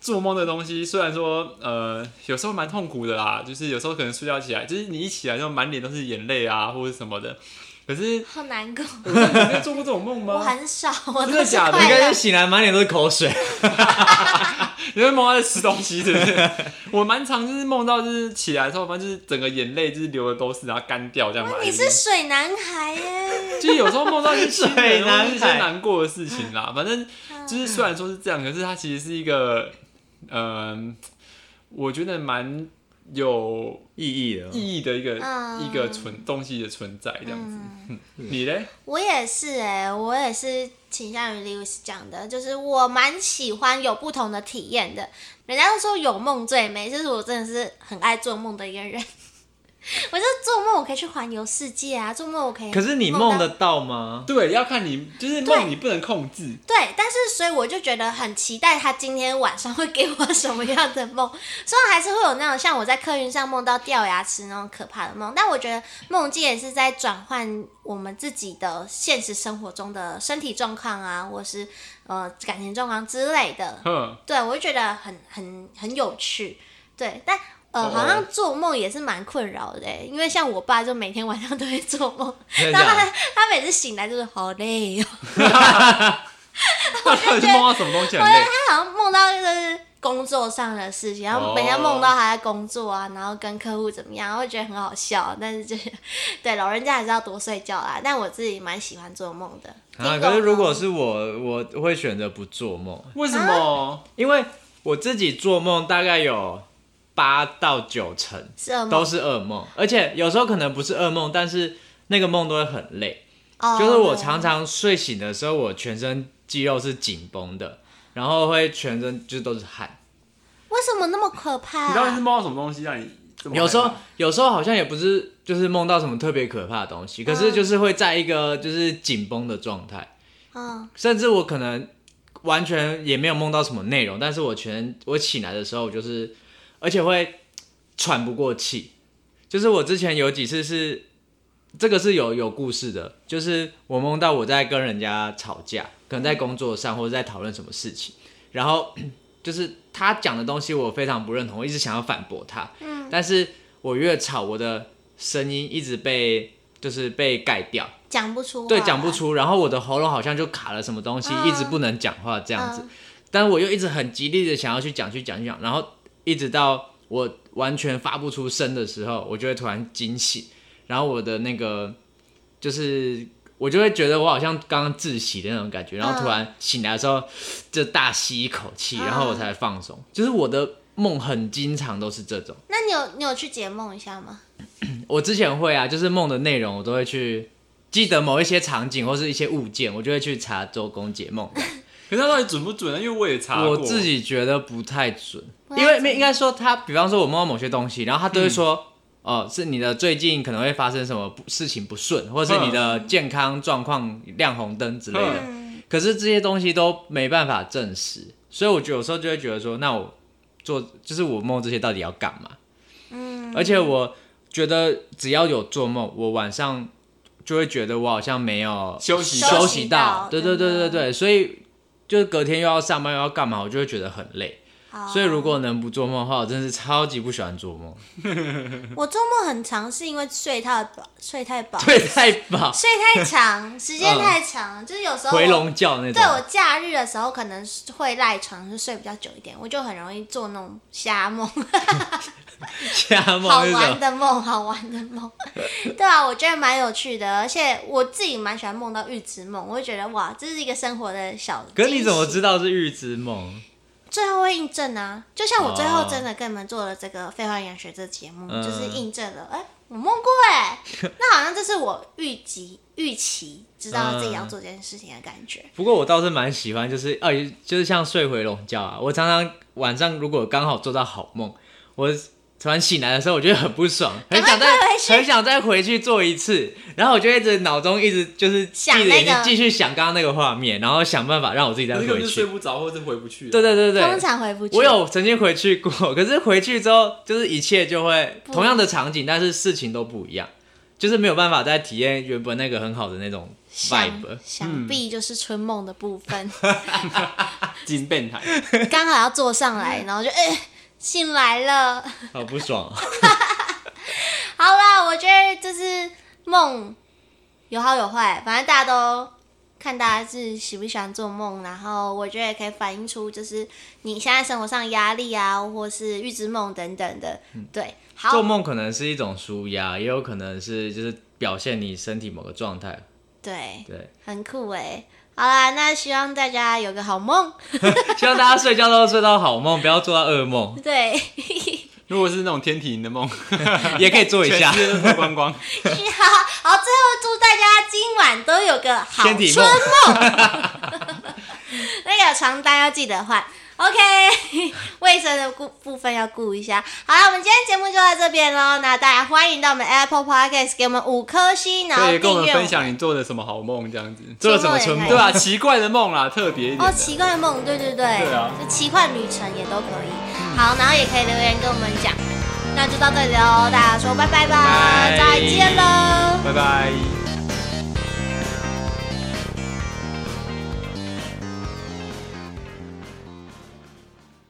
S2: 做梦的东西虽然说呃有时候蛮痛苦的啦，就是有时候可能睡觉起来，就是你一起来就满脸都是眼泪啊或者什么的。可是
S1: 好难过，
S2: 我说你没有做过这种梦
S1: 我
S2: 吗？
S1: 很少，我
S2: 真
S1: 都
S2: 的
S1: 是
S2: 假的
S1: 快
S3: 应
S1: 乐
S3: 该是醒来满脸都是口水，
S2: 你会梦到在吃东西，是不是？ 我蛮常就是梦到就是起来之后，反正就是整个眼泪就是流的都是，然后干掉这样嘛。
S1: 你是水男孩耶，
S2: 就是有时候梦到一 些
S3: 水
S2: 人
S3: 男
S2: 或是一些
S3: 孩
S2: 难过的事情啦。反正就是虽然说是这样，可是它其实是一个，嗯、我觉得蛮有
S3: 意义的哦。
S2: 意义的一个、
S1: 嗯
S2: 一个存东西的存在这样子。嗯你嘞？
S1: 我也是哎、我也是倾向于 Lewis 讲的，就是我蛮喜欢有不同的体验的。人家都说有梦最美，就是我真的是很爱做梦的一个人。 我就是做梦，我可以去环游世界啊，做梦我可以。
S3: 可是你梦得到吗？
S2: 对，要看你就是
S1: 对
S2: 梦，你不能控制。
S1: 对，但是所以我就觉得很期待他今天晚上会给我什么样的梦。 虽然还是会有那种像我在客运上梦到掉牙齿那种可怕的梦，但我觉得梦境也是在转换我们自己的现实生活中的身体状况啊，或是呃感情状况之类的。
S2: 哼，
S1: 对，我就觉得很很很有趣。对，但。呃，
S2: 哦
S1: 好像做梦也是蛮困扰的欸，因为像我爸就每天晚上都会做梦，
S3: 真的
S1: 然
S3: 啊
S1: 后
S3: 假
S1: 他
S3: 的？
S1: 他每次醒来就是好累哦，
S2: 那到底是梦到什么东西很累？
S1: 他好像梦到就是工作上的事情，然后
S3: 哦
S1: 每天梦到他在工作啊，然后跟客户怎么样，会觉得很好笑。但是就是 对老人家还是要多睡觉啦。但我自己蛮喜欢做梦的。
S3: 啊，
S1: 听过
S3: 可是如果
S1: 吗
S3: 是我，我会选择不做梦。
S2: 为什
S1: 啊
S2: 么？
S3: 因为我自己做梦大概有八到九成
S1: 是噩梦
S3: 都是噩梦，而且有时候可能不是噩梦，但是那个梦都会很累。
S1: 哦
S3: 就是我常常睡醒的时候，我全身肌肉是紧绷的，然后会全身就是都是汗。
S1: 为什么那么可怕、
S2: 你当时是梦到什么东西让你这么害怕？
S3: 有时候有时候好像也不是就是梦到什么特别可怕的东西，可是就是会在一个就是紧绷的状态。
S1: 嗯，
S3: 甚至我可能完全也没有梦到什么内容，但是我全我醒来的时候我就是，而且会喘不过气，就是我之前有几次是，这个是有有故事的，就是我梦到我在跟人家吵架，可能在工作上或者在讨论什么事情，然后 就是他讲的东西我非常不认同，我一直想要反驳他，嗯，但是我越吵，我的声音一直被就是被盖掉。
S1: 讲不出话，
S3: 对，讲不。出。然后我的喉咙好像就卡了什么东西，
S1: 嗯
S3: 一直不能讲话这样子
S1: 嗯。
S3: 但我又一直很极力的想要去讲，去讲，去讲，然后一直到我完全发不出声的时候，我就会突然惊醒，然后我的那个就是我就会觉得我好像刚刚窒息的那种感
S1: 嗯
S3: 觉，然后突然醒来的时候就大吸一口气，
S1: 嗯
S3: 然后我才放松。就是我的梦很经常都是这种。
S1: 那你有你有去解梦一下吗？
S3: 我之前会啊，就是梦的内容，我都会去记得某一些场景或是一些物件，我就会去查周公解梦。
S2: 可是它到底准不准呢？因为我也查过，
S3: 我自己觉得不太准，
S1: 不太
S3: 因为
S1: 准
S3: 应该说他，比方说我梦到某些东西，然后他都会
S2: 嗯
S3: 说。哦，是你的最近可能会发生什么不事情不顺，或是你的
S2: 嗯
S3: 健康状况亮红灯之类的。
S1: 嗯，
S3: 可是这些东西都没办法证实，所以我就有时候就会觉得说，那我做就是我梦这些到底要干嘛？嗯，而且我觉得只要有做梦，我晚上就会觉得我好像没有
S2: 休息
S1: 到
S3: 休息到，对对对
S1: 真的
S3: 对对，所以就是隔天又要上班又要干嘛，我就会觉得很累。
S1: 好
S3: 所以如果能不做梦的话，我真是超级不喜欢做梦，
S1: 我周末很长，是因为睡太饱，睡太饱，
S3: 对，太饱，
S1: 睡太长，时间太长，就是有时候我
S3: 回笼觉那
S1: 对我
S3: 种。
S1: 假日的时候可能是会赖床，就睡比较久一点，我就很容易做那种瞎 梦，
S3: 瞎
S1: 好
S3: 梦那
S1: 玩
S3: 种，
S1: 的梦，好玩的梦。 对啊，我觉得蛮有趣的，而且我自己蛮喜欢梦到预知梦，我会觉得哇，这是一个生活的小。
S3: 可是你怎么
S1: 道？
S3: 知道是预知梦？
S1: 最后会印证啊，就像我最后
S3: 哦
S1: 真的跟你们做了这个废话营养学这节目，
S3: 嗯
S1: 就是印证了，哎、我梦过哎、那好像这是我预期预期知道自己
S3: 嗯
S1: 要做这件事情的感觉。
S3: 不过我倒是蛮喜欢，就是呃，就是像睡回笼觉啊。我常常晚上如果刚好做到好梦，我突然醒来的时候，我觉得很不爽，很
S1: 赶快
S3: 想再
S1: 快回去
S3: 很想再回去做一次。然后我就一直脑中一直就是
S1: 想
S3: 闭着眼睛
S1: 那个
S3: 继续想刚刚那个画面，然后想办法让我自己再
S2: 那个
S3: 回
S2: 就睡
S3: 去。
S2: 不着，或者是回不去。啊
S3: 对对对对
S1: 通，常回不去，
S3: 我有曾经回去过，可是回去之后就是一切就会
S1: 不
S3: 同样的场景，但是事情都不一样，就是没有办法再体验原本那个很好的那种
S1: 想
S3: vibe。嗯
S1: 想必就是春梦的部分，
S2: 金变态，
S1: 刚好要坐上来，然后就哎、醒来了。
S3: 好不爽哦、
S1: 好啦，我觉得就是梦有好有坏，反正大家都看大家是喜不喜欢做梦，然后我觉得也可以反映出就是你现在生活上压力啊，或是预知梦等等的。对，好
S3: 嗯做，梦可能是一种舒压，也有可能是就是表现你身体某个状态。
S1: 对，
S3: 对，
S1: 很酷哎。好啦，那希望大家有个好梦。
S3: 希望大家睡觉都睡到好梦，不要做到 噩梦，
S1: 对，
S2: 如果是那种天体营的梦，
S3: 也可以做一
S2: 全
S3: 下
S2: 世。界都脱光光。
S1: 好，好，最后祝大家今晚都有个好
S3: 天体
S1: 春
S3: 梦，
S1: 那个床单要记得换。OK，卫 生的顾部分要顾一下。好了，我们今天节目就到这边喽。那大家欢迎到我们 Apple Podcast 给我们五颗星， 然后
S2: 对，
S1: 订阅
S2: 跟我们分
S1: 们
S2: 享你做的什么好梦这样子。
S3: 做了什么春
S1: 做梦也可以
S2: 对
S3: 梦？
S2: 啊，奇怪的梦啦，特别一点的。
S1: 哦，奇怪的梦，对对对，
S2: 对啊
S1: 就奇幻旅程也都可以。好，然后也可以留言跟我们讲。那就到这里喽，大家说拜拜吧，
S3: 拜
S1: 再见喽。
S2: 拜拜。